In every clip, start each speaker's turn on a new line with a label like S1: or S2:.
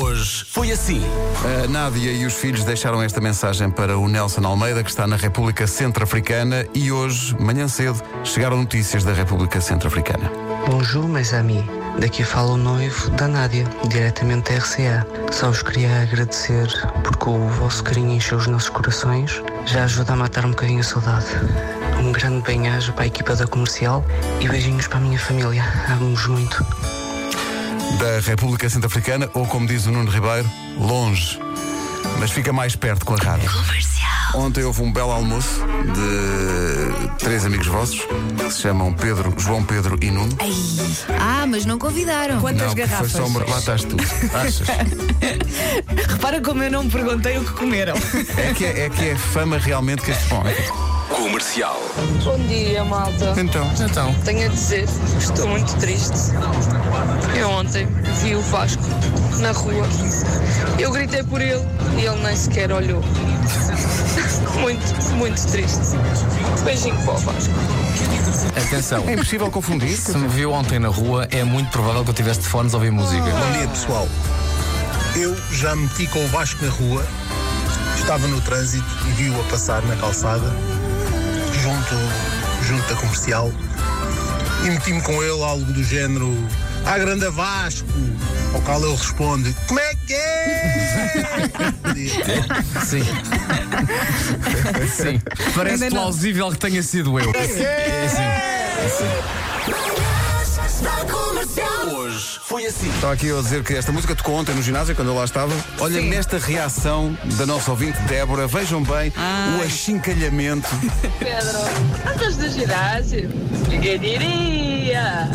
S1: Hoje foi assim.
S2: A Nádia e os filhos deixaram esta mensagem para o Nelson Almeida, que está na República Centro-Africana, e hoje, manhã cedo, chegaram notícias da República Centro-Africana.
S3: Bonjour, meus amigos. Daqui fala o noivo da Nádia, diretamente da RCA. Só os queria agradecer porque o vosso carinho encheu os nossos corações, já ajuda a matar um bocadinho a saudade. Um grande bem-ajo para a equipa da comercial e beijinhos para a minha família. Amo-vos muito.
S2: Da República Centro-Africana, ou como diz o Nuno Ribeiro, longe. Mas fica mais perto com a rádio. Ontem houve um belo almoço de três amigos vossos, que se chamam Pedro, João Pedro e Nuno.
S4: Ah, mas não convidaram.
S5: Quantas
S2: não,
S5: garrafas?
S2: foi só uma... Lá estás tu, achas?
S5: Repara como eu não me perguntei o que comeram.
S2: É que é, é que é fama realmente que este... Bom, é-
S1: Comercial.
S6: Bom dia, malta.
S2: então... Então...
S6: Tenho a dizer, estou muito triste. Eu ontem vi o Vasco na rua. Eu gritei por ele e ele nem sequer olhou. muito, muito triste. Beijinho para o Vasco.
S7: Atenção,
S2: É impossível confundir.
S7: se me viu ontem na rua, é muito provável que eu tivesse de fones a ouvir música.
S8: Bom dia, pessoal. Eu já me meti com o Vasco na rua, estava no trânsito e vi-o a passar na calçada, junto, junto da comercial, e meti-me com ele algo do género: Ah, grande Vasco! Ao qual ele responde: Como é que é? Bom dia.
S7: Sim. Sim. Parece
S5: Ainda não.
S7: plausível que tenha sido eu. É assim.
S1: Hoje foi assim.
S2: Estava aqui a dizer que esta música tocou ontem no ginásio, quando eu lá estava. Olha,
S5: Sim.
S2: nesta reação da nossa ouvinte Débora, vejam bem o achincalhamento.
S6: Pedro, andas do ginásio? Ninguém diria.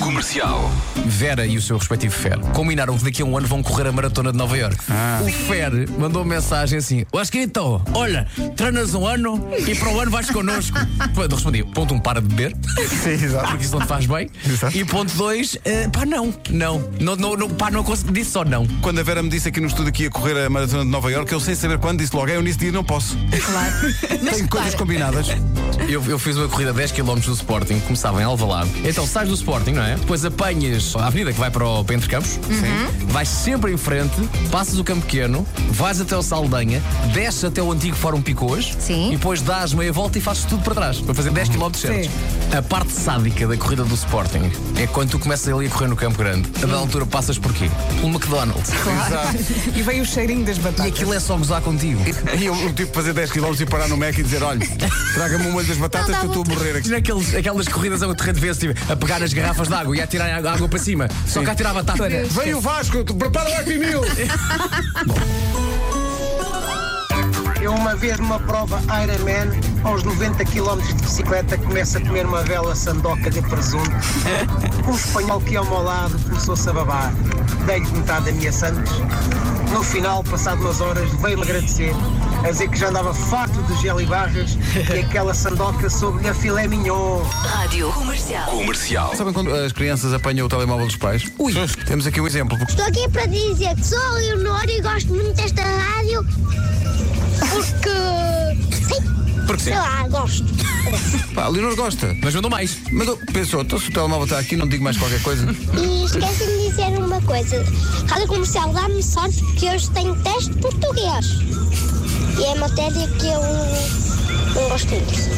S1: Comercial.
S7: Vera e o seu respectivo Fer combinaram que daqui a um ano vão correr a maratona de Nova Iorque.
S5: Ah.
S7: O Fer mandou uma mensagem assim: Ó escrito, olha, treinas um ano e para o ano vais connosco. Quando respondi: ponto um, para de beber,
S2: Sim, exato.
S7: porque isso não te faz bem.
S2: Exato.
S7: E ponto dois, eh, pá, não, não, não, não, não pá, não consigo, disse só não.
S2: Quando a Vera me disse aqui no estúdio que ia correr a maratona de Nova Iorque, eu sem saber quando disse logo, é, eu nesse dia não posso. Claro. Tenho coisas combinadas.
S7: Eu, eu fiz uma corrida de 10 km do Sporting, começava em Alvalade. Então sais do Sporting, não é? Depois apanhas a avenida que vai para, o, para Entre Campos. Sim. Vais sempre em frente, passas o Campo Pequeno, vais até o Saldanha, desces até o antigo Fórum Picôs.
S4: Sim.
S7: E depois dás meia volta e fazes tudo para trás, para fazer 10 km certos.
S5: Sim.
S7: A parte sádica da corrida do Sporting é quando tu começas ali a correr no Campo Grande. A da altura passas por quê? Pelo McDonald's.
S5: E veio o cheirinho das
S7: E
S5: batatas.
S7: aquilo é só gozar contigo.
S2: E eu, eu tive que fazer 10 km e parar no Mac e dizer: olha, traga-me um molho das batatas
S4: Não dá
S2: que eu estou a morrer aqui.
S7: Imagina aqueles- aquelas corridas ao terreno de vez, tipo, a pegar as garrafas de água e a tirar a água para cima. Só que a tirar a batata.
S2: Vem o Vasco, tu- prepara o Epimil!
S9: Eu uma vez numa prova Ironman, aos 90 km de bicicleta, começo a comer uma vela sandoca de presunto. Um espanhol que ia ao meu lado começou-se a babar. Dei-lhe metade da minha Santos. No final, passado umas horas, veio-me agradecer, a dizer que já andava farto de gel e barras e aquela sandoca soube-lhe a filé mignon.
S1: Comercial.
S2: Sabem quando as crianças apanham o telemóvel dos pais? Ui! Temos aqui um exemplo. porque
S10: Estou aqui para dizer que sou a Leonor e gosto muito desta rádio porque. Sim,
S7: Porque sim.
S10: sei lá, gosto.
S2: Pá, a Leonor gosta.
S7: Mas mandou mais.
S2: Mas eu- pensou, então se o telemóvel está aqui, não digo mais qualquer coisa.
S10: E esqueci de dizer uma coisa: Rádio Comercial dá-me sorte porque hoje tenho teste de português. E é matéria que eu não gosto muito.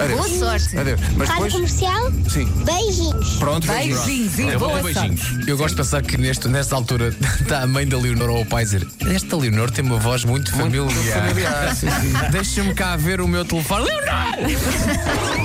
S2: Adeus.
S4: Boa sorte.
S2: Adeus. Mas
S10: Rádio
S2: depois.
S10: Comercial,
S2: Sim.
S10: beijinhos.
S2: Pronto,
S5: Beijinhos e
S7: Eu
S5: boa
S7: mandei
S5: sorte.
S7: beijinhos. Eu gosto de pensar que neste, nesta altura está a mãe da Leonor ou o pai a dizer: Esta Leonor tem uma voz muito familiar. Deixa-me cá ver o meu telefone. Leonor!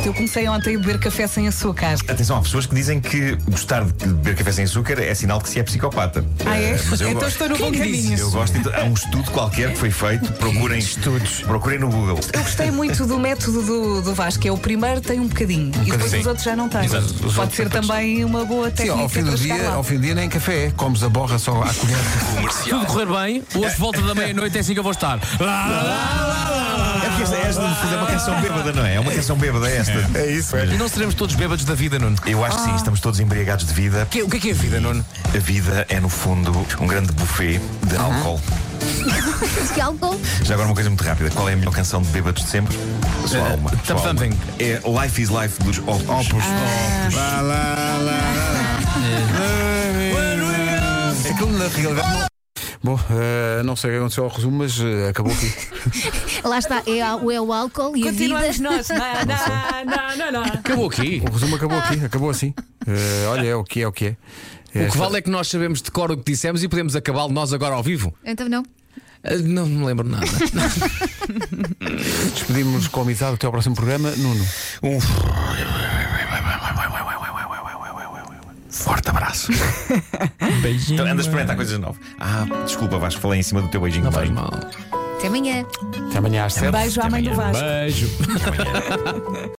S5: Eu comecei ontem a beber café sem açúcar.
S11: Atenção, há pessoas que dizem que gostar de beber café sem açúcar é sinal que se é psicopata.
S5: Ah, é?
S11: Eh, Mas eu
S5: Então
S11: gosto.
S5: estou no bom caminho.
S11: Eu gosto, então, há um estudo qualquer que foi feito, procurem estudos, procurem no Google.
S5: Eu gostei muito do método do, do Vasco, que é o primeiro tem um bocadinho e depois
S11: sim.
S5: os outros já não têm.
S11: Exato, os
S5: Pode
S11: outros
S5: ser
S11: depois-
S5: também uma boa
S2: Sim,
S5: técnica
S2: ao fim, do
S5: para chegar
S2: dia,
S5: lá.
S2: ao fim do dia nem café é. Comes a borra só à colher.
S1: Comercial.
S7: Tudo correr bem, hoje volta da meia-noite, é assim que eu vou estar.
S11: É porque esta, esta é uma canção bêbada, não é? É uma canção bêbada esta. É isso.
S7: E assim, não seremos todos bêbados da vida, Nuno.
S11: Eu acho que sim, estamos todos embriagados de vida.
S7: Que- o que é que é a vida, Nuno?
S11: A vida é, no fundo, um grande buffet de álcool.
S4: Que álcool.
S11: Já agora uma coisa muito rápida. Qual é a melhor canção de bêbados de sempre? Só há uma. só há uma.
S7: Something.
S11: Eh, É Life is Life dos Opus.
S2: Lá, lá, lá, lá. aquilo na realidade. não- Bom, eh, não sei o que aconteceu ao resumo, mas eh, acabou aqui.
S4: Lá está, é, a- é o álcool e a
S5: Continuamos
S4: vida.
S5: nós. Na, na, na, na, na.
S7: Acabou aqui.
S2: O resumo acabou aqui, acabou assim. Eh, olha, é o que é, é o que é.
S7: O que
S2: Esta-
S7: vale é que nós sabemos de cor o que dissemos e podemos acabá-lo nós agora ao vivo.
S4: Então não.
S7: Ah, Não me lembro nada.
S2: Despedimos-nos com amizade. Até ao próximo programa. Nuno.
S11: Um forte abraço. Beijinho. Então, Anda a experimentar coisas novas. Ah, desculpa, Vasco, falei em cima do teu beijinho. Não faz mal.
S4: Até amanhã.
S2: Até amanhã às sete.
S5: Beijo à mãe do Vasco.
S7: Beijo.